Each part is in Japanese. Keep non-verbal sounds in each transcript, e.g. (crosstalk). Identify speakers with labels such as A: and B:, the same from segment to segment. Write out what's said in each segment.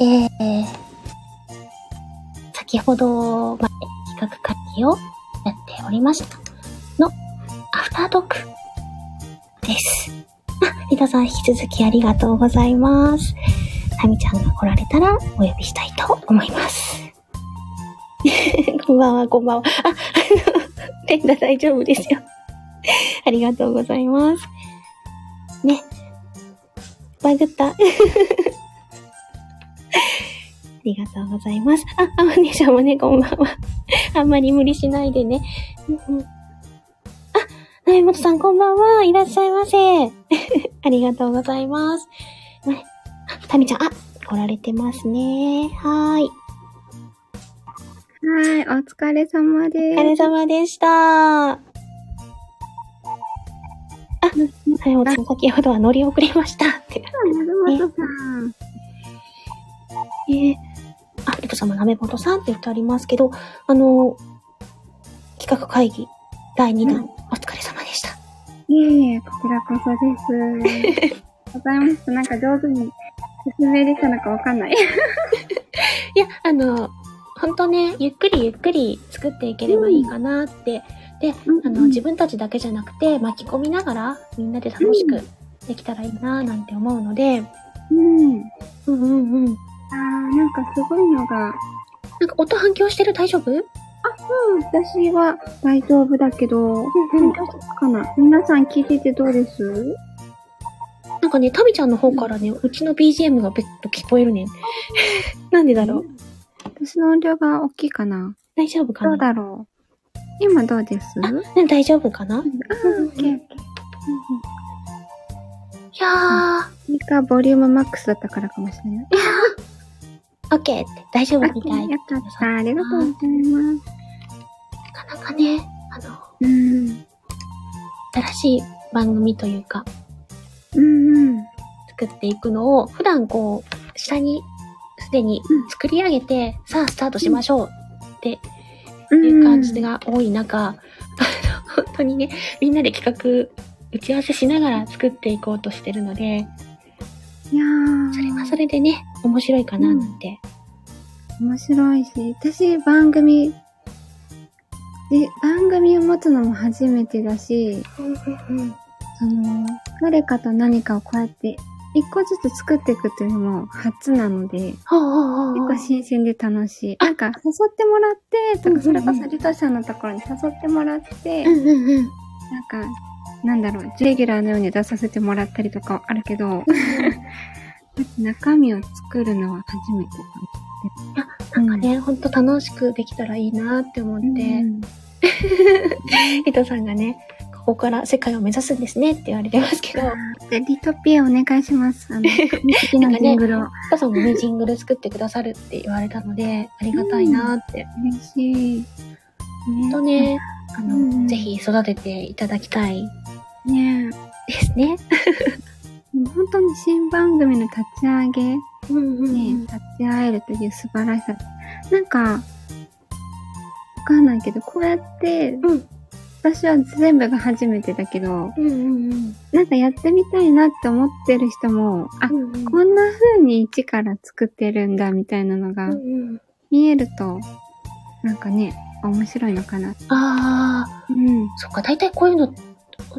A: えー、先ほどまで企画会議をやっておりましたのアフタートークです。あ、リタさん引き続きありがとうございます。ハミちゃんが来られたらお呼びしたいと思います。 (laughs) こんばんは、こんばんは。あ、あ (laughs) の、ペンダ大丈夫ですよ。 (laughs) ありがとうございます。ね。バグった。ありがとうございます。あ、あまねちゃんもね、こんばんは。 (laughs) あんまり無理しないでね。うんうんあ、なめもとさんこんばんは。いらっしゃいませ。 (laughs) ありがとうございます。ねあ、たみちゃん、あ、来られてますね。はーい。
B: はい、お疲れ様で
A: お疲
B: す。
A: れ様でした。あ、なめもとさん、先ほどは乗り遅れました。って。
B: 森本さん。
A: えー、あ、リト様、なめぼとさんって言ってありますけど、あの、企画会議第2弾、
B: う
A: お疲れ様でした。
B: いえいえ、こちらこそです。 (laughs) ございます。なんか上手に説明できたのかわかんない。 (laughs)
A: いや、あの、ほんとね、ゆっくりゆっくり作っていければいいかなって。で、あの、自分たちだけじゃなくて、巻き込みながら、みんなで楽しくできたらいいななんて思うので、
B: うん。
A: うんうんうん。なん
B: あー、なんかすごいのが、
A: か音反響してる大丈夫
B: うん、私は大丈夫だけど、
A: うん
B: 大丈夫かな皆さん聞いててどうです
A: なんかね、タミちゃんの方からね、うちの BGM が別途聞こえるねん。 (laughs) なんでだろう
B: 私の音量が大きいかな
A: 大丈夫か
B: どう
A: な
B: だろう今どうですあ、オッ
A: ね大丈夫かな
B: ケーオッケー。
A: いやー、
B: ミカボリュームマックスだったからかもしれない。
A: オッケーって大丈夫みたい。
B: よかった。ありがとうございます。
A: なかなかね、あの、
B: うん。
A: 新しい番組というか、
B: うんうん。
A: 作っていくのを、普段こう、下に、すでに
B: うん
A: 作り上げて、さあスタートしましょうって
B: う
A: い
B: ん
A: う感じ。が多い中、あの本当にね、みんなで企画、打ち合わせしながら作っていこうとしてるので、
B: いやー。
A: それはそれでね、面白いかななんて。
B: 面白いし、私番組、で、番組を持つのも初めてだし、その、誰かと何かをこうやって、一個ずつ作っていくっていうのも初なので、
A: ほうほうほう
B: 結
A: ほう
B: 構新鮮で楽しい。なんか、誘ってもらって、と
A: うんうんう
B: か、
A: ん
B: それこそリトさんのところに誘ってもらって、
A: うんうんうん。
B: なんか、なんだろう、レギュラーのように出させてもらったりとかはあるけど、
A: (laughs)
B: 中身を作るのは初めて
A: や
B: かな。な
A: ね、ほんと楽しくできたらいいなって思って、
B: うん
A: リトさんがね、ここから世界を目指すんですねって言われてますけど、
B: で、リトピアお願いしま
A: (laughs)
B: す。あの、神的なジングルを。
A: リトさんもね、ジングル作ってくださるって言われたので、ありがたいなって。
B: 嬉しい。ね、
A: ほんとね、あの、
B: うん
A: ぜひ育てていただきたい
B: ね
A: ですね。
B: もう本当に新番組の立ち上げ、ね、
A: うんう
B: 立ち会えるという素晴らしさ。なんか、わかんないけど、こうやって、
A: うん
B: 私は全部が初めてだけど、
A: うんうんうん。
B: なんかやってみたいなって思ってる人も、あ、
A: うんうん
B: こんな風に一から作ってるんだみたいなのが
A: うんうん
B: 見えると、なんかね、面白いのかな。
A: ああ、
B: うん。
A: そっか、大体こういうの、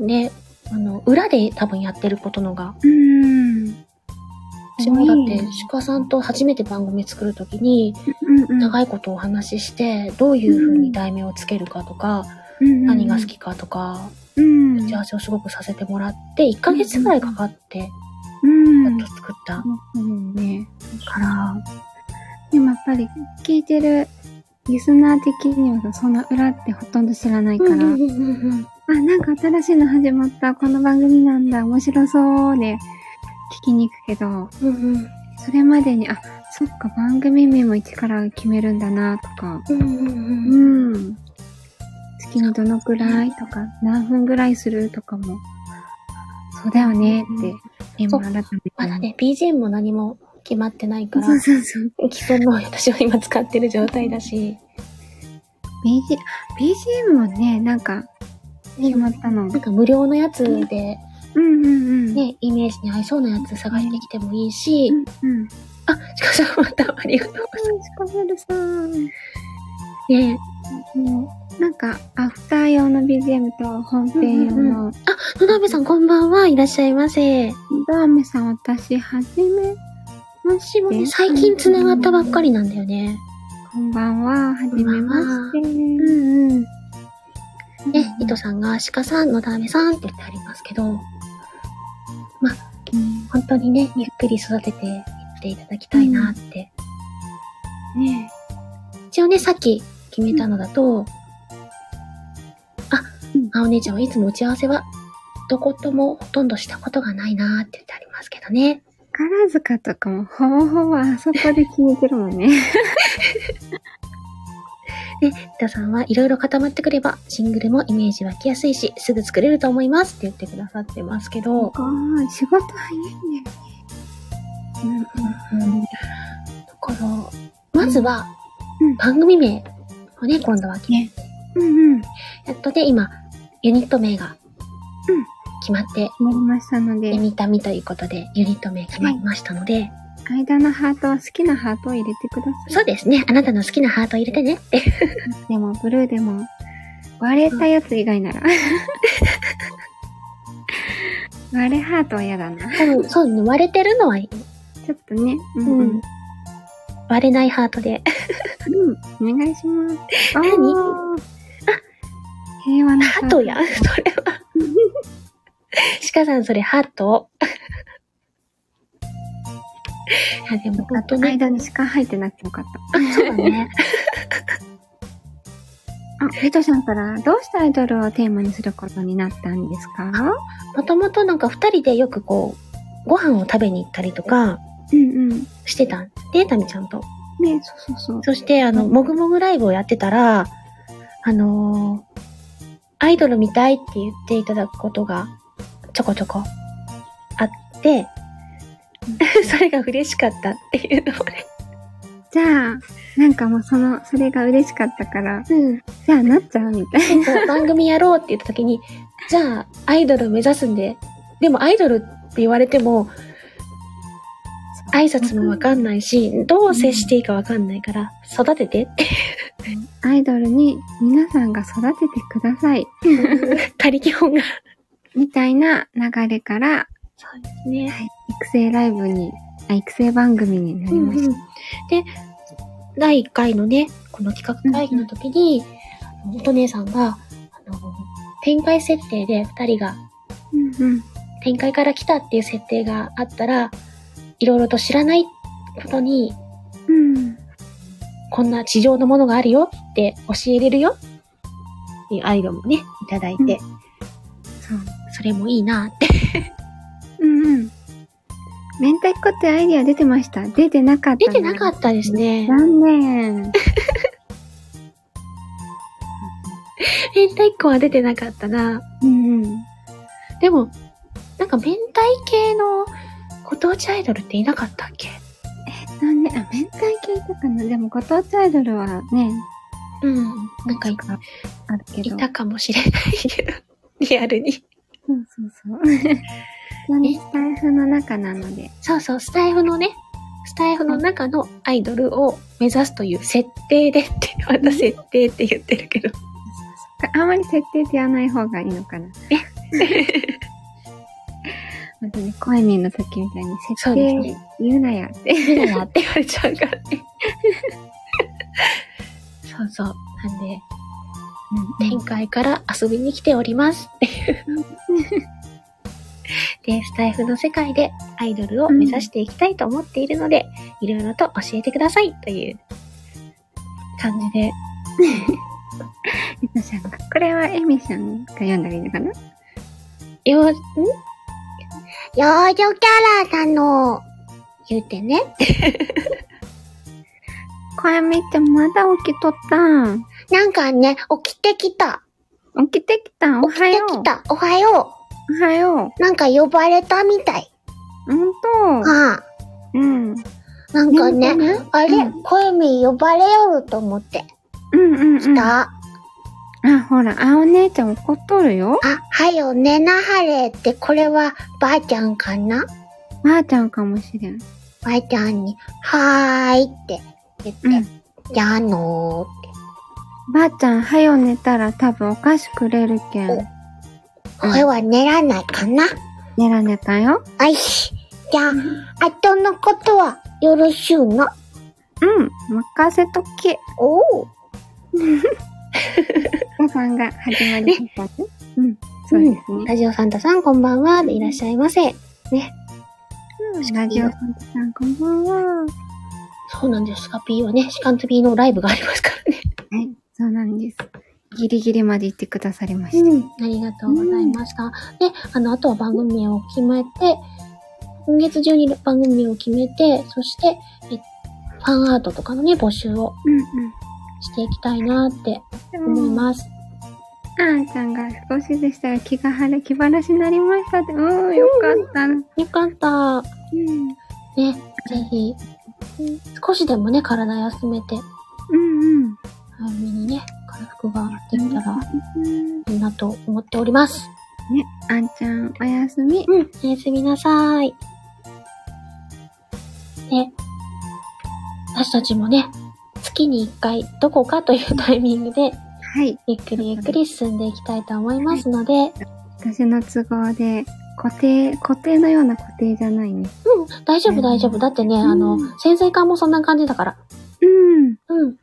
A: ね、あの、裏で多分やってることのが、
B: うん。
A: 私もだって
B: うん、
A: 鹿さんと初めて番組作るときに、
B: うん
A: 長いことお話しして、どういう風に題名をつけるかとか、
B: うん
A: 何が好きかとか、
B: うん。
A: 打ち合わせをすごくさせてもらって、1ヶ月ぐらいかかって、や
B: うん
A: っと。作った
B: うんね。
A: から、
B: でもやっぱり聞いてるリスナー的にはさ、その裏ってほとんど知らないから、
A: うんうんうんうん
B: あ、なんか新しいの始まった、この番組なんだ、面白そうで聞きに行くけど、
A: うんうん
B: それまでに、あ、そっか、番組名も一から決めるんだな、とか、
A: うんうんうん
B: うん。月にどのくらいとか、何分ぐらいするとかも、そうだよね、って、
A: そう
B: 今改めて。
A: まだね、BGM も何も決まってないか
B: そう
A: ら、
B: そうそう。
A: 既存の私は今使ってる状態だし、
B: BG、BGM もね、なんか、決まったの。
A: なんか無料のやつで、
B: うんうんうん。
A: ね、イメージに合いそうなやつ探してきてもいいし
B: う、んうん。
A: あ、ちかさんまたありがとうございます。
B: シコベルさん。
A: ね
B: もう、なんか、アフター用の BGM と本編用の、
A: え。のだめさんこんばんはいらっしゃいませ。
B: ダーメさん、私、はじめ、も
A: 私
B: し
A: も
B: も
A: ね、最近繋がったばっかりなんだよね。
B: こんばんは、はじめまして。
A: んうん。ね、
B: え
A: 伊藤さんが鹿さん、のだめさんって言ってありますけど、本当にね、ゆっくり育てていっていただきたいなって。
B: ね
A: 一応ね、さっき決めたのだと、あ
B: うん、
A: あお姉ちゃんはいつも打ち合わせは、どこともほとんどしたことがないなーって言ってありますけどね。
B: 宝塚とかもほぼほぼあそこで決めてるもんね。
A: 北さんはいろいろ固まってくれば、シングルもイメージ湧きやすいし、すぐ作れると思いますって言ってくださってますけど、
B: あ仕事早いんだよ。
A: うんうんだから、まずは
B: うん、
A: 番組名をね、今度は決め
B: うんうん。
A: やっとで、今、ユニット名が
B: うん、
A: 決まって、
B: 決まりましたの
A: で、
B: で、
A: 見た目ということで、ユニット名決まりましたので、
B: 間のハートは好きなハートを入れてくださ
A: そ
B: い。
A: うですね、あなたの好きなハートを入れてねって。
B: でも、ブルーでも、割れたやつ以外 (laughs) なら。割れハートは嫌だな。
A: 多分、そうね、割れてるのは、
B: ちょっとね。う
A: うん割れないハートで。
B: うん、お願いします。あ
A: 何
B: ー平和な
A: ハトやんそれは。鹿さん、それ、ハ
B: (laughs)
A: ト。いや、でも、
B: あ
A: あと
B: と
A: ね。
B: 間に鹿入ってなくてよかった。
A: そうだね。
B: あ、ビトさんから、どうしてアイドルをテーマにすることになったんですか
A: もともとなんか二人でよくこう、ご飯を食べに行ったりとか
B: うんうん。
A: してたんで、タミちゃんと。
B: ね、そうそうそう。
A: そして、あの、もぐもぐライブをやってたら、あのーアイドル見たいって言っていただくことがちょこちょこあって、 (laughs) それが嬉しかったっていうのをね。
B: じゃあ、なんかもうその、それが嬉しかったから、
A: うん。
B: じゃあなっちゃうみたい
A: こう番組やろうって言った時に、じゃあ、アイドル目指すんで、でもアイドルって言われても、
B: な。
A: 挨拶もわかんないし、どう接していいかわかんないから、育ててって、
B: アイドルに皆さんが育ててください。
A: 他力本が。
B: みたいな流れから、
A: そうですね。
B: 育成ライブに、あ、育成番組になりました。
A: で、第1回のね、この企画会議の時に、あのおとねさんが、あの、展開設定で2人が、
B: うんうん。
A: 展開から来たっていう設定があったら、いろいろと知らないことに、
B: うん。
A: こんな地上のものがあるよって教えれるよっていうアイドルもね、いただいて、
B: うんそう。
A: それもいいなって。
B: うんうん。明太子ってアイディア出てました。出てなかった。
A: 出てなか
B: っ
A: ったですね。
B: 残念。
A: 明太子は出てなかったな。
B: うんうん。
A: でも、なんか明太系のご当地アイドルっていなかったっけ
B: 残念。あ、明太系とかな。でも、ご当地アイドルはね、
A: うん。なんかい
B: いくらあるけど。
A: いたかもしれないけ (laughs) ど、リアルに。
B: そうそうそう。
A: (laughs)
B: (laughs) 普通にスタイフの中なので。
A: そうそう、スタイフのね、スタイフの中のアイドルを目指すという設定でって、また設定って言ってるけど。
B: あんまり設定でやらない方がいいのかな。
A: え
B: (laughs) またね、声見の時みたいに
A: そ
B: 設
A: うです
B: 定
A: ね
B: 言うなやって。
A: い (laughs) いなって言われちゃうからね。そうそう。なんで、展開から遊びに来ておりますっていう。で、スタイフの世界でアイドルを目指していきたいと思っているので、いろいろと教えてくださいという感じで。
B: エミさんが。これはエミさんが読んだらいいのかな
A: よ、ん幼女キャラさんの、言うてね。
B: 声見ってまだ起きとったん。
A: なんかね、起きてきた。
B: 起きてきたん。おはよう。
A: た。おはよ
B: おはよ
A: う。なんか呼ばれたみたい。
B: う。ほんと。
A: あ
B: うん。
A: あ。なんかね、
B: 眠た
A: あれ、
B: うん
A: コエミ呼ばれよると思って
B: うんうんう
A: 来
B: ん。あ、
A: た。
B: ほら、あお姉ちゃん怒っとるよ。
A: あ、はよ、寝なはれって、これはばあちゃんかな
B: ばあちゃんかもしれん。
A: まいちゃんに、はーいって言って、
B: うん
A: じゃあのーって。
B: ばあちゃん、はよ寝たら多分お菓子くれるけ
A: お
B: ん。
A: これは寝らないかな、
B: 寝らねたよ。
A: あいし。じゃあ、後のことはよろしゅうな。
B: うん、任せとき。
A: おお。
B: ご飯が始まりましたね。うん、そうですね。
A: ラジオサンタさん、こんばんは。でいらっしゃいませ。
B: うんラジオさん、こんばんは。
A: そうなんです。スカピーはね、シカンツピーのライブがありますからね。
B: はい、そうなんです。ギリギリまで行ってくださりまし
A: ん。
B: た。
A: ありがとうございました。で、あの、あとは番組名を決めて、今月中に番組名を決めて、そして、えファンアートとかのね、募集を
B: うん、
A: していきたいなって
B: うん。
A: 思います。
B: あーちゃんが少しでしたが気が晴れ、気晴らしになりましたって。うん、よかった。うん。
A: よかった。
B: うん
A: ね、ぜひ、少しでもね、体休めて、
B: うん。
A: 早めにね、回復ができたら
B: うん
A: いいなと思っております。
B: ね、あんちゃん、おやすみ。
A: うん、おやすみなさい。で、私たちもね、月に一回どこかというタイミングで、
B: はい。
A: ゆっくりゆっくり進んでいきたいと思いますので、
B: 私の都合で、固定、固定のような固定じゃないね。
A: うん、大丈夫大丈夫。だってね、
B: ん
A: あの、潜在感もそんな感じだから。
B: うん。
A: うん。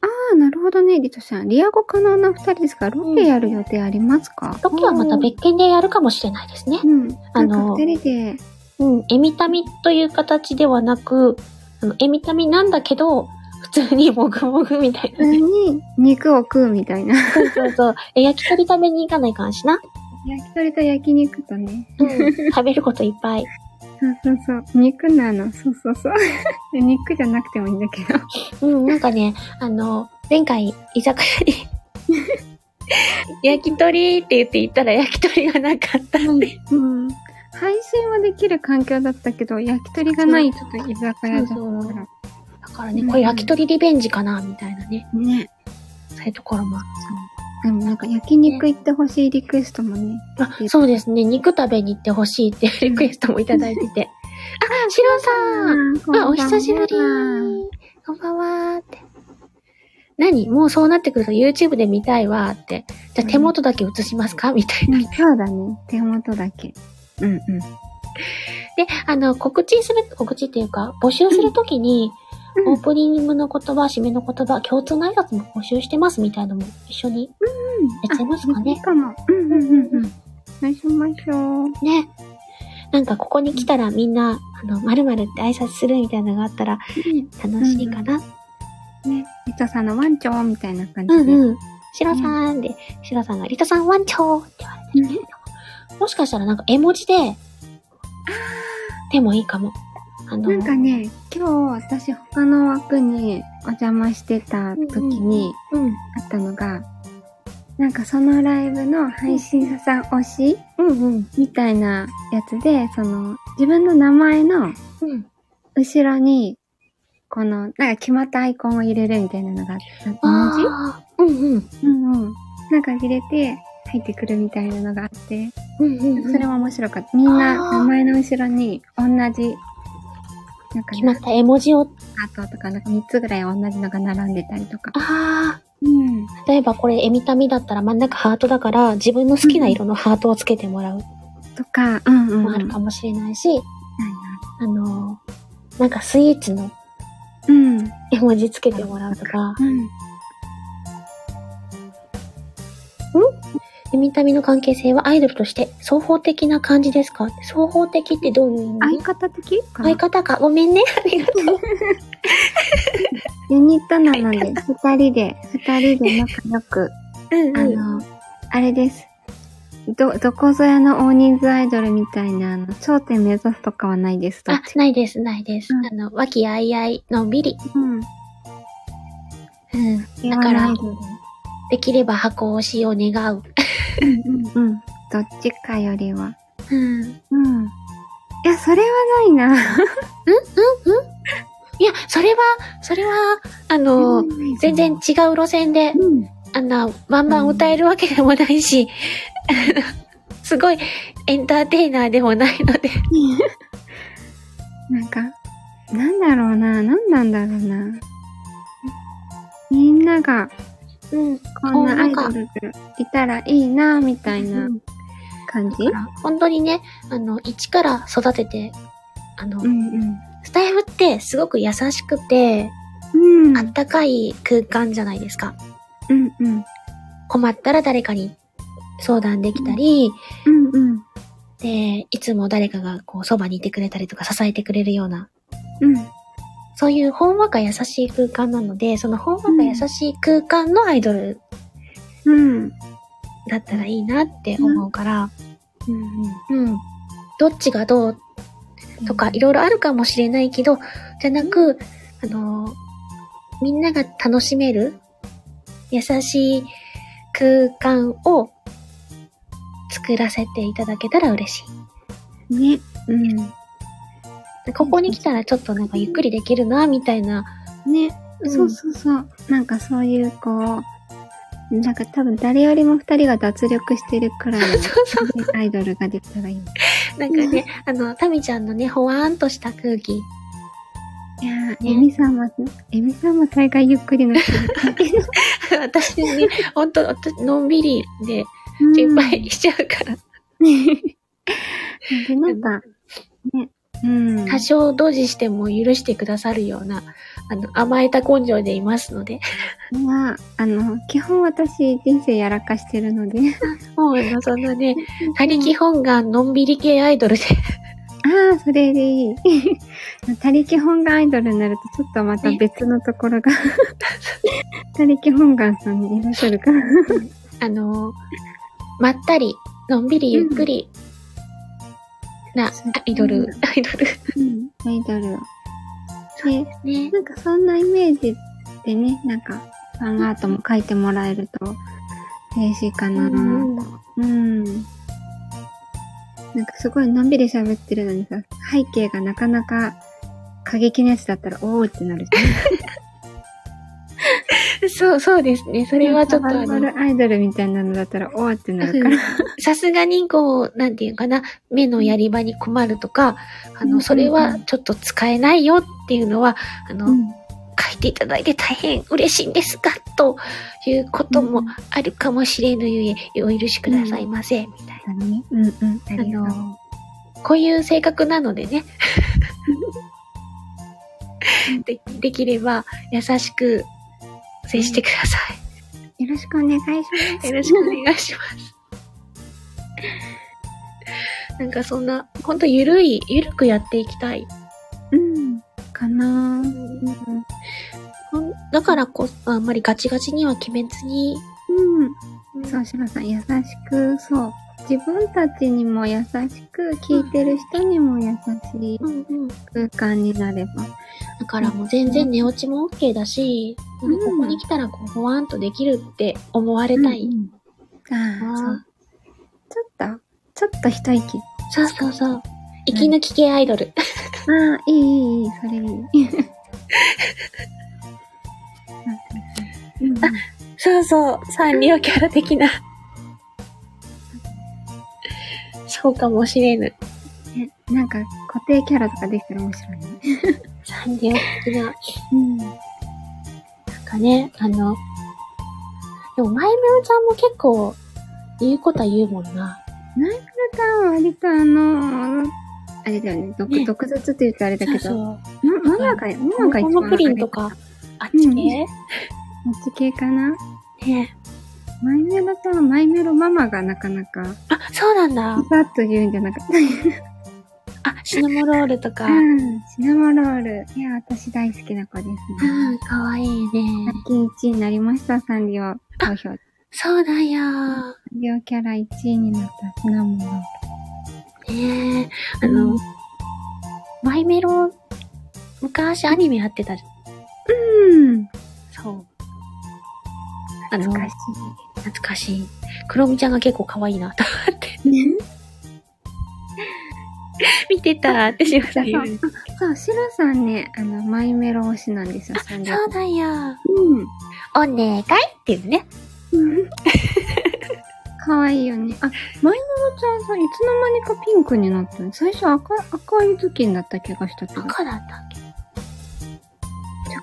B: ああ、なるほどね、リトちゃん。リア語可能な二人ですが、ロケやる予定ありますか、
A: ロケはまた別件でやるかもしれないですね。
B: うん。
A: あ
B: あ
A: の
B: の、二人で、
A: うん、エミタミという形ではなく、あの、エミタミなんだけど、普通にもぐもぐみたい
B: 普
A: な
B: 通
A: ね。
B: に肉を食うみたいな。 (laughs)
A: そうそうそう。え焼き鳥食べに行かないかんしな。
B: 焼き鳥と焼肉とね。
A: うん。食べることいっぱい。
B: そうそうそう。肉なの。そうそう (laughs) そう。肉じゃなくてもいいんだけど。
A: うん、なんかね、あの、前回、居酒屋に、焼き鳥って言って行ったら焼き鳥がなかったんで。
B: うん。配信はできる環境だったけど、焼き鳥がないちょっと居酒屋だったか
A: だからね、これ焼き鳥リベンジかな、みたいなね。
B: ら。ね。
A: そういうところもあっ
B: でもなんか焼肉行ってほしいリクエストもね。
A: たあ、そうですね。肉食べに行ってほしいっていうリクエストもいただいてて。あ、シロさん
B: あ、こんばん
A: あ、
B: は
A: お久しぶり。こんばんはーって。何もうそうなってくると YouTube で見たいわーって。じゃあ手元だけ映しますかみたいな。
B: うんそうだね。手元だけ。うんうん。
A: で、あの、告知する、告知っていうか、募集するときに、
B: うん
A: オープニングの言葉、締めの言葉、共通の挨拶も募集してますみたいなのも一緒にやっちゃいますか
B: あいい
A: ね。
B: かも。うんうんうんうん。そうしましょう。
A: ね。なんかここに来たらみんな、あの、〇〇って挨拶するみたいなのがあったら楽しいかな。
B: ね。リトさんのワンチョみたいな感
A: う
B: じ
A: ん
B: で。
A: うん。シロさんで、シロさんが、リトさんワンチョーって言われて。
B: うん
A: もしかしたらなんか絵文字で、でもいいかも。あの、
B: なんかね、今日私他の枠にお邪魔してた時に
A: うん、
B: あったのが、なんかそのライブの配信者さん推し
A: うん、うん、
B: みたいなやつで、その自分の名前の
A: うん。
B: 後ろに、この、なんか決まったアイコンを入れるみたいなのがあった。文
A: あーうん、うん、
B: 字うんうん。なんか入れて入ってくるみたいなのがあって、
A: うん、うん。
B: それも面白かった。みんな
A: あー
B: 名前の後ろに同じ、なんか
A: 決まった絵文字を、
B: あととか、なんか3つぐらい同じのが並んでたりとか。
A: あ
B: うん。
A: あ、例えばこれ、絵見た目だったら真ん中ハートだから、自分の好きな色のハートをつけてもらう
B: とか、うんうん、
A: の
B: う
A: も
B: ん。
A: あるかもしれないし、あのー、なんかスイーツの
B: うん。うん。
A: 絵文字つけてもらうとか、エミタミの関係性はアイドルとして双方的な感じですか双方的ってどういう意
B: 相
A: 味
B: 方的かな
A: 相方か。ごめんね。 (laughs) ありがとう。
B: ユニットなので、二人で、二人で仲良く、
A: うん
B: あの、あれです。ど、どこぞやの大人数アイドルみたいな、あの、頂点目指すとかはないです。
A: あ、ないです、ないです。
B: うん
A: あの、和気あいあい、のんびり。
B: うん。
A: うん。だ
B: だ
A: から
B: うん
A: できれば箱推しを願う。
B: うん。どっちかよりは。
A: うん。うん
B: うん。いや、それはないな。
A: いや、それは、それは、あの、
B: (laughs)
A: 全然違う路線で、
B: うん。
A: あの、バンバン歌えるわけでもないし、 (laughs) すごいエンターテイナーでもないので。
B: (laughs) なんか、なんだろうな、なんなんだろうな。みんなが、
A: うん。
B: こんなアイドルがいたらいいな、みたいな感じ
A: 本当にね、あの、一から育てて、あの、
B: うん
A: スタイフってすごく優しくて、
B: うん。うん。
A: あったかい空間じゃないですか。
B: うんうん。
A: 困ったら誰かに相談できたり、
B: うんうん。
A: で、いつも誰かがこう、そばにいてくれたりとか支えてくれるような、
B: うん。
A: そういうほんわか優しい空間なので、そのほんわか優しい空間のアイドル
B: うん。
A: だったらいいなって思うから、
B: うん。
A: うん。どっちがどうとかいろいろあるかもしれないけど、じゃなく、あのー、みんなが楽しめる優しい空間を作らせていただけたら嬉し
B: ね。うん。ね。
A: い。ここに来たらちょっとなんかゆっくりできるな、みたいな。ん
B: そうそうそう。なんかそういう、こう、なんか多分誰よりも二人が脱力してるくらい
A: (laughs)
B: のアイドルができたらいい。
A: なんかね、あの、タミちゃんのね、ほわーんとした空気。
B: いやー、エミさんも、エミさんも大概ゆっくりの人だけど。
A: (laughs) 私ね、ほんと、私のんびりで
B: うん
A: 心配しちゃうから。
B: で、なんか、ね、うん。
A: 多少ドジしても許してくださるような、あの、甘えた根性でいますので。
B: は、あの、基本私人生やらかしてるので。
A: もうあの、 (laughs) そんなね、他力本願のんびり系アイドルで。 (laughs)
B: ああ、それでいい。他力本願アイドルになると、ちょっとまた別のと
A: (laughs)
B: ころが、他力本願さんにいらっしゃるから。
A: あのー、まったり、のんびりゆっくり、な、
B: そう
A: アイドル、
B: う
A: アイドル。
B: アイドルは。で、
A: ね。
B: なんかそんなイメージでね、なんか、ファンアートも書いてもらえると、嬉しいかな。
A: うん
B: うん。なんかすごいのんびり喋ってるのにさ、背景がなかなか過激なやつだったら、おーってなるじゃん。
A: そう、そうですね。 (laughs) それはちょっと
B: サバ
A: あ
B: イバ
A: の、
B: ルアイドルみたいなのだったら、おーってなるから。
A: さすがにこう、なんていうかな、目のやり場に困るとか、あ
B: うん
A: の、それはちょっと使えないよっていうのは、あの、
B: うん
A: 書いていただいて大変嬉しいんですが、ということもあるかもしれぬゆえ、お許しくださいませ、みたい
B: だね。うんう
A: な。
B: ん。あ
A: あ
B: りがとう。
A: の、こういう性格なのでね。 (laughs) でできれば優しく接してくださ
B: よろしくお願いします。
A: い。よろしくお願いします。なんかそんな、ほんとゆるい、ゆるくやっていきたい。
B: うん。かなぁ。
A: ほんだからこそ、あんまりガチガチには決めずに。
B: うん。そう、しろさん、優しく、そう。自分たちにも優しく、聞いてる人にも優しい
A: うんうん。
B: 空間になれば。
A: だからもう全然寝落ちも OK だし、
B: うん
A: ここに来たらこう、ほわんとできるって思われたい。
B: うんうん。ああ、そう。ちょっと、ちょっと一息。
A: そうそうそう。息抜き系アイドル。
B: ああ、いい、いい、いい、それいい。 (laughs) うん
A: そうそう。サンリオキャラ的な。 (laughs) そうかもしれぬ。
B: ねなんか、固定キャラとかできたら面白いね。
A: サンリオ的な。
B: うん。
A: なんかね、あの、でも、まゆめろちゃんも結構、言うことは言うもんな。
B: ナイフルタウンは割とあの、あれだよね、毒、
A: ね
B: 毒舌って言うとあれだけど、
A: う。
B: ま、まだか、まだか
A: こ
B: 一
A: の
B: 番
A: プリンと
B: こ
A: か、あっちね。
B: っち系かな
A: ね
B: マイメロさんはマイメロママがなかなか、
A: あ、そうなんだ。
B: さっと言うんじゃなかった。
A: あ、シナモロールと (laughs) か。
B: うん、シナモロール。いや、私大好きな子ですね。
A: うん、かわいいね。
B: 最近1位になりました、サンリオ投票。サン
A: そうだよ。
B: リオキャラ1位になったシナモロール。
A: ねえ。あの、マイメロ、昔アニメやってたじ
B: うん、
A: ゃん。そう。あの
B: 懐、かし
A: 懐かしい。クロミちゃんが結構可愛いな、と思って。
B: い。ね
A: 見てたってしまった。
B: そうそう、シロさんね、あの、マイメロ推しなんですよ、サンリオ。
A: そうだよ。
B: うん。
A: お願いっていうね。
B: かわいいよね。あ、マイモロちゃんさ、いつの間にかピンクになったの最初赤い、赤い頭巾だった気がしたけど。
A: 赤だったっけ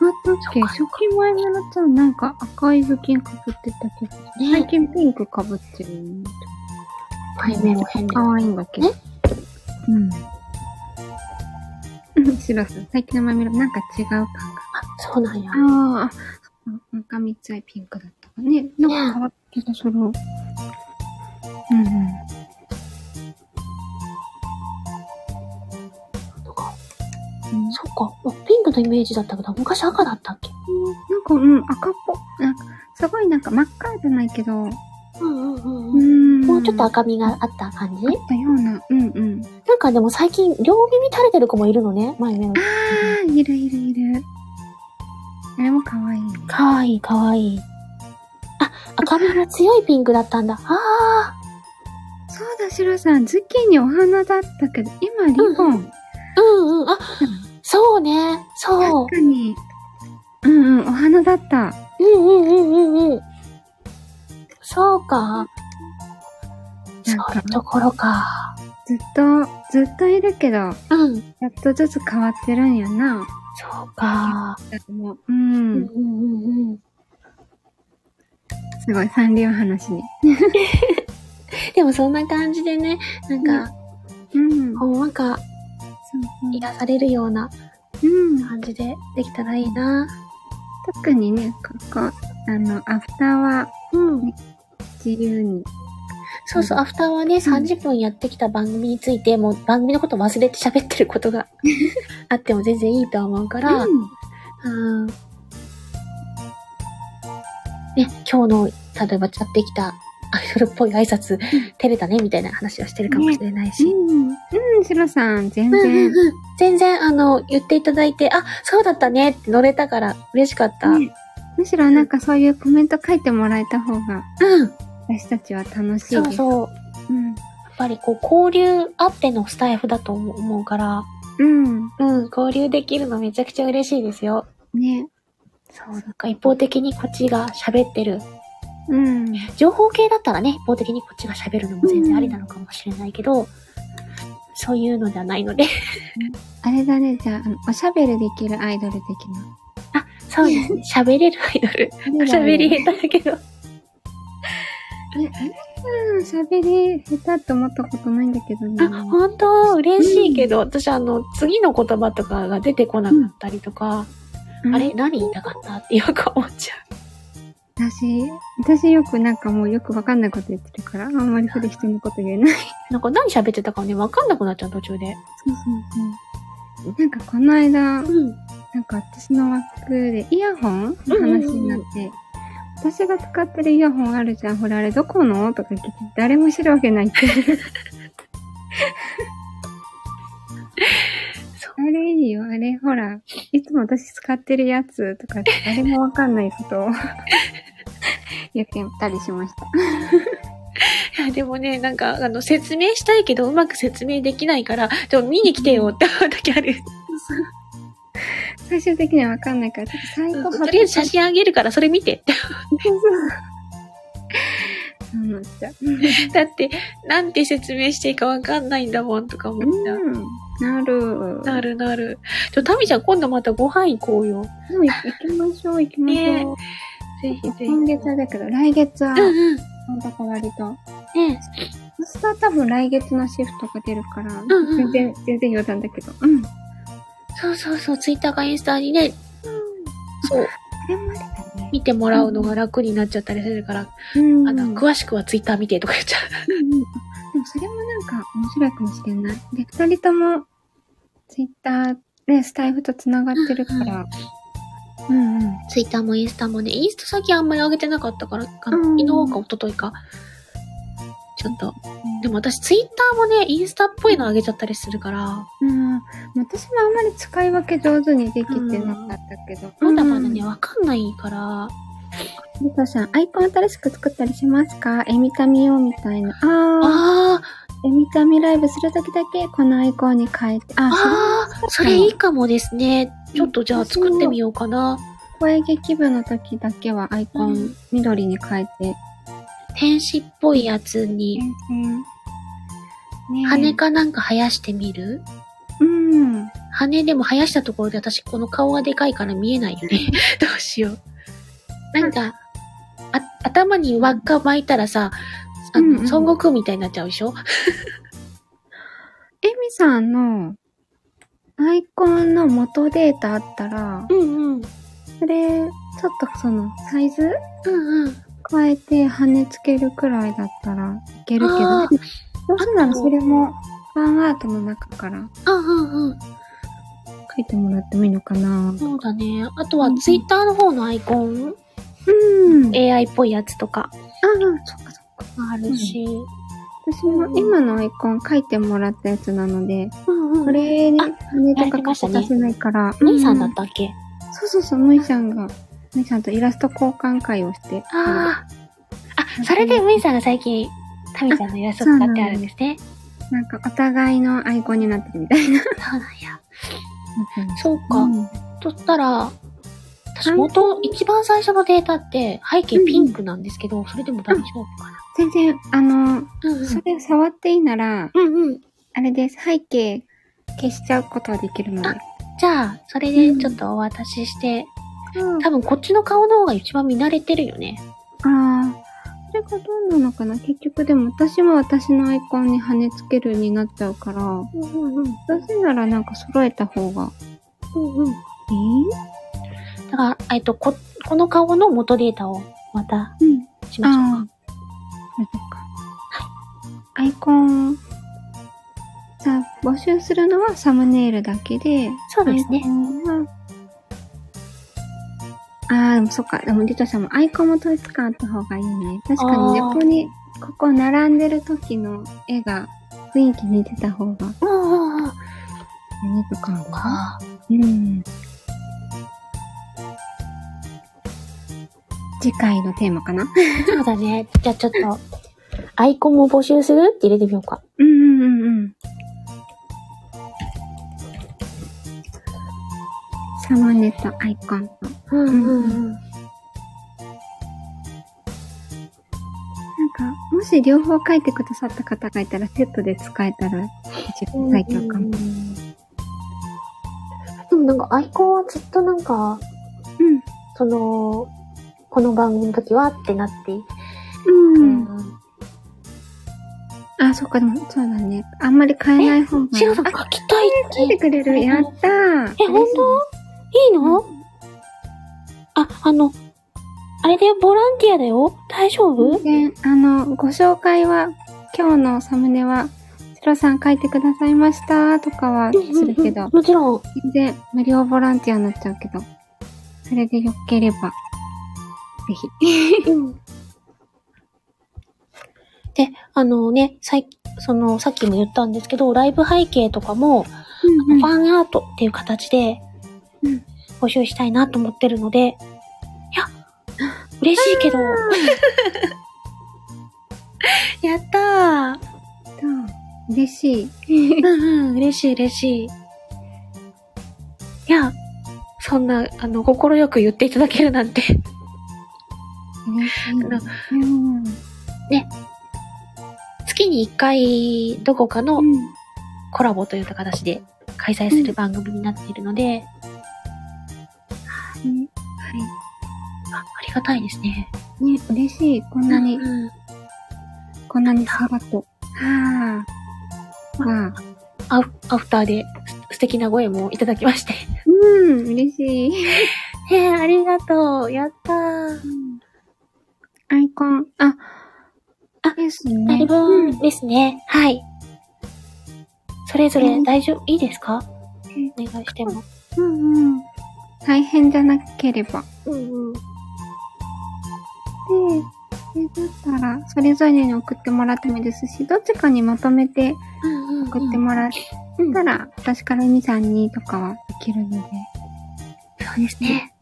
B: まったっけ
A: そっか
B: 初期前めのちゃんなんか赤い頭巾かぶってたけど、
A: ね
B: 最近ピンクかぶってるよね。
A: 背面も変で。
B: 可愛いんだけど。うん。 (laughs) シロさん、最近のマイメロなんか違うパンが。
A: あ、そうなんや。
B: ああ、なんか三ついピンクだったかね。なんか変わってた、それを。うんうん。
A: とか。そっか。あピンクのイメージだったけど、昔赤だったっけ
B: なんか、うん、赤っぽ。なんか、すごいなんか真っ赤じゃないけど、
A: うんうん
B: う。ん。
A: もうちょっと
B: あっ
A: 赤みがあった感じ
B: たような、うんうん。
A: なんかでも最近、両耳垂れてる子もいるのね、前目の。
B: あー、いるいるいる。あれも可愛いね。
A: かわいい、かわいい。あ、赤みが強いピンクだったんだ。あ
B: そうだ、シロさん、ズッキーニお花だったけど、今リボン。
A: あ、うんうん、あ、そうね、そう
B: 確。かに。うんうん、お花だった。
A: うんうんうんうんうん。そうか。そういうところか。
B: ずっと、ずっといるけど、や
A: うん。
B: っとずつ変わってるんやな。
A: そうか。
B: もう
A: う
B: う
A: ん
B: ん、
A: うんうんうん。
B: すごい、サンリオ話に。
A: でもそんな感じでね、なんか、
B: うん。
A: ほんわか
B: そう
A: 癒されるような
B: うん。
A: 感じでできたらいいな。
B: 特にね、ここ、あの、アフターは
A: うん。
B: 自由に。
A: そうそう、アフターはね、30分やってきた番組について、もう番組のこと忘れて喋ってることがあっても全然いいと思う (laughs) から、
B: うん
A: うん。ね、今日の、例えばやってきたアイドルっぽい挨拶、照れたね、みたいな話はしてるかもしれないし。
B: うん、うん、シロさん、全
A: うん
B: 然
A: うん。うん全然、あの、言っていただいて、あ、そうだったねって乗れたから嬉しかった。うん。
B: ねむしろなんかそういうコメント書いてもらえた方が、私たちは楽しい
A: そ
B: で
A: う
B: す。
A: そう。
B: うん。
A: やっぱりこう、交流あってのスタイフだと思うから、
B: うん。
A: うん、交流できるのめちゃくちゃ嬉しいですよ。
B: ね。
A: そう、なんか一方的にこっちが喋ってる。
B: うん。
A: 情報系だったらね、一方的にこっちが喋るのも全然ありなのかもしれないけど、そういうのじゃないの (laughs) で。
B: あれだね、じゃあ、あのおしゃべりできるアイドル的な。
A: あ、そうですね。喋れるアイドル。 (laughs) 喋り下手だけど。
B: うん、しゃべり下手って思ったことないんだけどね。
A: あ、本当嬉しいけど、私あの、次の言葉とかが出てこなかったりとか、
B: うん
A: あれ何言いたかったってよく思っちゃ
B: 私、私よくなんかもうよくわかんないこと言ってるから、あんまりそれ人のこと言
A: (laughs)
B: えない。そう
A: う。 (laughs) なんか何喋ってたかね、わかんなくなっちゃう途中で。
B: そうそう。なんかこの間、
A: うん。
B: なんか私の枠でイヤホンの話になって、私が使ってるイヤホンあるじゃん、ほらあれどこのとか聞いて、誰も知るわけないって。あれいいよ、あれほら、いつも私使ってるやつとかって、あれもわかんないことを言ったりしました。
A: いや、でもね、なんか、あの、説明したいけど、うまく説明できないから、でも見に来てよって思う時ある。
B: 最終的にはわかんないから、ちょっと最後
A: とりあえず写真あげるから、それ見てって。
B: そうなっちゃ (laughs) う。
A: だって、なんて説明していいかわかんないんだもん、とか思った。
B: うん。なる。
A: なるなる。ちょ、タミちゃん今度またご飯行こうよ。
B: もう行きましょう、行きまし
A: ね
B: ょう。
A: ぜひぜひ。
B: 今月はだけど、来月は、
A: うんうん。
B: なんだか割と。
A: ね
B: 明日は多分来月のシフトが出るから、
A: んうん
B: 全然、全然余談だけど。うん。あ
A: そうそうそう、ツイッターかインスタにね、そう、
B: れもあれだね。
A: 見てもらうのが楽になっちゃったりするから、
B: うん。
A: あの、
B: うん
A: 詳しくはツイッター見てとか言っちゃ
B: うんでもそれもなんか面白いかもしれない。で、二人とも、ツイッターでスタイフと繋がってるから。うん
A: (laughs)
B: うん。
A: う。ツイッターもインスタもね、インスタ先あんまり上げてなかったから、あ
B: うん
A: 昨日か一昨日か。ちょっと。でも私、ツイッターもね、インスタっぽいの上げちゃったりするから、
B: うん。私もあんまり使い分け上手にできてなかったけど。
A: まだまだね、
B: うん
A: わかんないから、
B: リトさん、アイコン新しく作ったりしますかえみたみよみたいな。ああ。
A: あー、
B: えみたみライブするときだけ、このアイコンに変えて。あ、そ
A: あー、そ
B: れ
A: れいいかもですね。ちょっとじゃあ作ってみようかな。
B: 声劇部のときだけはアイコ
A: う
B: ン
A: ん
B: 緑に変えて。
A: 天使っぽいやつに、
B: うん。ねえ
A: 羽。かなんか生やしてみる
B: うん。
A: あ羽でも生やしたところで私この顔がでかいから見えないよね。 (laughs) どうしよう。なんか、あ、頭に輪っか巻いたらさ、あの、
B: うんうん
A: 孫悟空みたいになっちゃうでしょ
B: エミさんのアイコンの元データあったら、
A: うんうん。
B: それ、ちょっとそのサイズ
A: うんうん。
B: 加えて跳ねつけるくらいだったらいけるけ
A: あ
B: ど、
A: ー
B: でもどうせならそれもファンアートの中から
A: うんうんうん。
B: 書いてもらってもいいのかな
A: そうだね。あと
B: う
A: は
B: ん
A: ツイッターの方のアイコン、
B: うん。あ
A: AI っぽいやつとか
B: あ、そっかそっか。
A: あるし。
B: 私も今のアイコン書いてもらったやつなので、
A: うんうん。
B: これに
A: あ
B: 羽とか書出せないから。
A: 兄さんだっ
B: う
A: たっけ
B: そうそうそう、むいさんが、むいさんとイラスト交換会をして。
A: ああ。あ、それでメイさんが最近、タミちゃんのイラスト使ってあるんですね。
B: なんかお互いのアイコンになってるみたいな。
A: そうなんや。そうか。
B: うん
A: そしたら、私
B: はい
A: 元、一番最初のデータって背景ピンクなんですけど、それでも大丈夫かな。
B: 全然、あ
A: う
B: の、
A: んう
B: それ触っていいなら、
A: ん。うんうん。
B: あれです、背景消しちゃうことはできるので。
A: じゃあ、それでちょっとお渡しして、
B: うん
A: 多分こっちの顔の方が一番見慣れてるよね。
B: ああ。それがどうなのかな結局でも私も私のアイコンに跳ねつけるになっちゃうから、ど
A: うんうんうん。
B: うせならなんか揃えた方が
A: うんうん。
B: いい
A: だから、えっと、こ、この顔の元データをまた
B: うん。
A: しましょうか。
B: ああ。そうか。アイコン、さあ、募集するのはサムネイルだけで、
A: そうですね
B: アイコンはあー、でもそっか。でも、リトさんもアイコンも統一感あった方がいいね。確かにね、
A: あー
B: ここに、ここ並んでる時の絵が雰囲気に出た方が、
A: うんうんうん。
B: ユニーク感が。
A: あ
B: うん。次回のテーマかな
A: ーそうだね。じゃあちょっと、アイコンも募集するって入れてみようか。
B: うんうんうんうん。サムネとアイコンと。
A: うん
B: うん
A: ん。
B: なんか、もし両方書いてくださった方がいたら、セットで使えたら、一番最強かも。
A: でもなんかアイコンはずっとなんか、
B: うん。
A: その、この番組の時はってなって、
B: うん。あ、そっか、でも、そうだね。あんまり変えない方が。
A: シロさん
B: あ
A: 書きたい
B: 書い
A: って
B: くれる。やったー。
A: え、本当いいのあ、あの、あれだよ、ボランティアだよ大丈夫
B: で、あの、ご紹介は、今日のサムネは、シロさん書いてくださいましたとかはするけど、
A: もちろん。
B: 全然無料ボランティアになっちゃうけど、それでよければ、ぜひ。
A: で、あのね、さい、その、さっきも言ったんですけど、ライブ背景とかも、
B: うん
A: ファンアートっていう形で
B: うん、
A: 募集したいなと思ってるので、いや、嬉しいけど。 (laughs) やったー。
B: 嬉しい。
A: うんうん、嬉しい嬉しい。いや、そんな、あの、心よく言っていただけるなんて。
B: 嬉しい。
A: あの
B: うん。
A: 月に一回、どこかの
B: うん
A: コラボという形で開催する番組になっているので、
B: は
A: あありがたいですね。
B: い。ね、嬉しい。こんなに
A: う、ん
B: こんなにさらっと。はあ。わあ。
A: アフアフターで素素敵な声もいただきまして。
B: うん、嬉しい。
A: え (laughs) えありがとう。やったー。
B: アイコン、あ、
A: あ
B: です
A: な
B: ね
A: る。
B: う
A: ほ
B: ん
A: どですね。はい。それぞ
B: う
A: れ
B: ん
A: 大丈夫、いいですか
B: ん
A: お願いしても。
B: うんうん。大変じゃなければ。で、
A: うんうん。
B: それだったら、それぞれに送ってもらってもいいですし、どっちかにまとめて
A: うんうん。
B: 送ってもらっ
A: うん
B: たら、私からみさんにとかはできるので。
A: そうですね。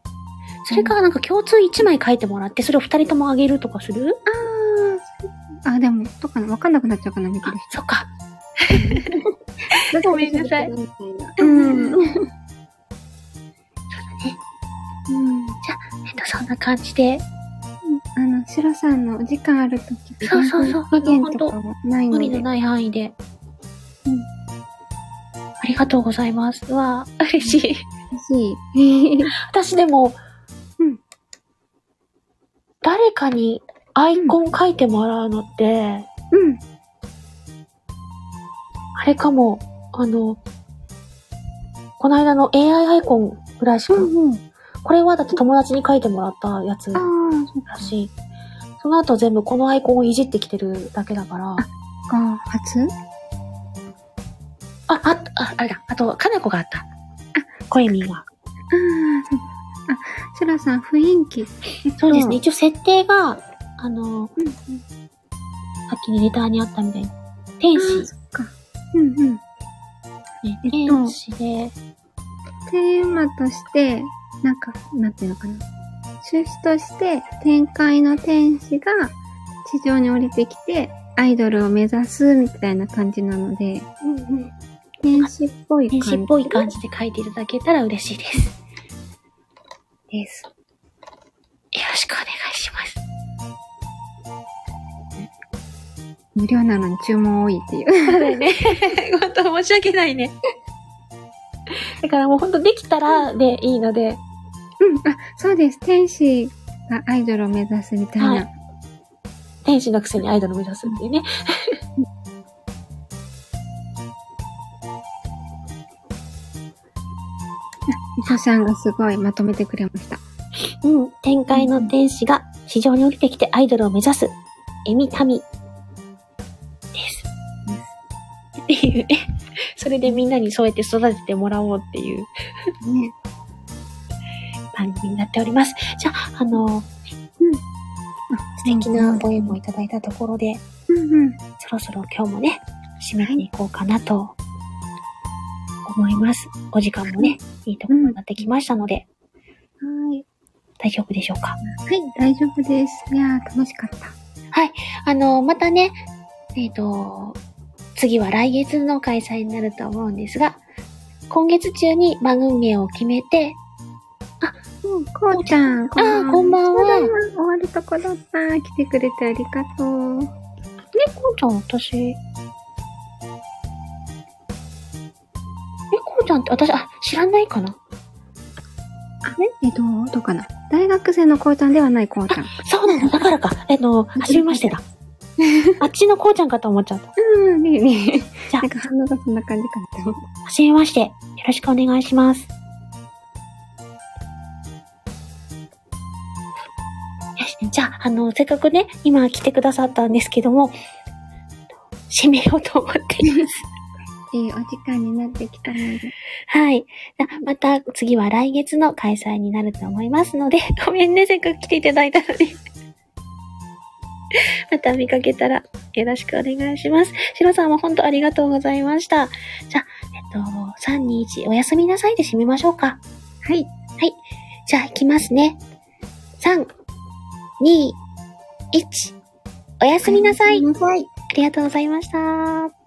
A: それからなんか共通1枚書いてもらって、それを2人ともあげるとかする
B: あーあ、でも、どうかなわかんなくなっちゃうかな、見て
A: あ
B: る、
A: そっか。
B: 人。
A: ごめんなさい
B: どっちかにしてもらうみたいな。うん。うん。
A: えっと、そんな感じで。
B: あの、シロさんのお時間あるとき、
A: そうそうそう
B: 期限とかはないの
A: 無
B: で。
A: 理のない範囲で。
B: うん
A: ありりがとうございます。うわあ、嬉しい。
B: 嬉しい。
A: 私でも、
B: うん
A: 誰かにアイコン書いてもらうのって、
B: うん。
A: あれかも、あの、この間の AI アイコンぐらいしか、
B: うんうん。
A: これはだって友達に書いてもらったやつ
B: あ
A: だ
B: あ、そっ
A: し、その後全部このアイコンをいじってきてるだけだから、
B: か。初
A: あ、あ、あ、あれだ、あと、かなこがあった。コエミンが。
B: ああ、そうあ、シュラさん、雰囲気。
A: そうですね、一応設定が、あの、
B: うんうん。
A: さっきのレターにあったみたいに、天
B: あ
A: 使
B: あ、、そっか。うんうん。
A: ね、
B: えっと
A: 天使で、
B: テーマとして、なんか、なんていうのかな。趣旨として、天界の天使が地上に降りてきて、アイドルを目指すみたいな感じなので、天使っぽい感
A: 天
B: じ。
A: 使っぽい感じで書いていただけたら嬉しいです。よ
B: です。
A: ろしくお願いします。
B: 無料なのに注文多いっていう。
A: そうだよね。 (laughs) 本当申し訳ないね。だからもう本当できたらでいいので、
B: うん、あ、そうです。天使がアイドルを目指すみたいな。
A: はい天使のくせにアイドル目指すっていうね。
B: みそちゃんがすごいまとめてくれました。
A: うん。天界の天使が地上に降りてきてアイドルを目指す。エミタミ。です。っていうね。それでみんなにそうやって育ててもらおうっていう
B: ね。
A: 番組になっております。じゃあ、あの、
B: 素
A: 素敵なご縁もいただいたところで、
B: うんうん。
A: そろそろ今日もね、締めていこうかなと思います。お時間もね、いいところになってきましたので、
B: はい。
A: 大丈夫でしょうか。
B: はい、大丈夫です。いやー、楽しかった。
A: あの、またね、えっ、と、次は来月の開催になると思うんですが、今月中に番組名を決めて、
B: うん、こうちゃん、こ
A: あーこんばんは
B: ただいま終わるとこだった。来てくれてありがとう。うん、
A: ね、こうちゃん、私、え、こうちゃんって私、あ、知らないかな
B: えっと、どうかな。大学生のこうちゃんではないこうちゃん。
A: そうなの、だからか。えっ (laughs) と、初めましてだ。あっちのこうちゃんかと思っちゃった。
B: うん、ねえね (laughs) え。
A: じゃあ
B: なん、か反応がそんな感じかなと思っ
A: はじめまして。よろしくお願いします。よし、じゃあ、あの、せっかくね、今来てくださったんですけども、締めようと思っています。
B: て。いいお時間になってきたので。
A: はい。じゃあまた次は来月の開催になると思いますので、 (laughs) ごめんね、せっかく来ていただいたのに。 (laughs) また見かけたらよろしくお願いします。シロさんも本当ありがとうございました。じゃあ、えっと、3、2、1、おやすみなさいで締めましょうか。
B: はい。
A: じゃあ、行きますね。3、2、1、おやすみなさい。
B: おやすみなさい。
A: ありがとうございました。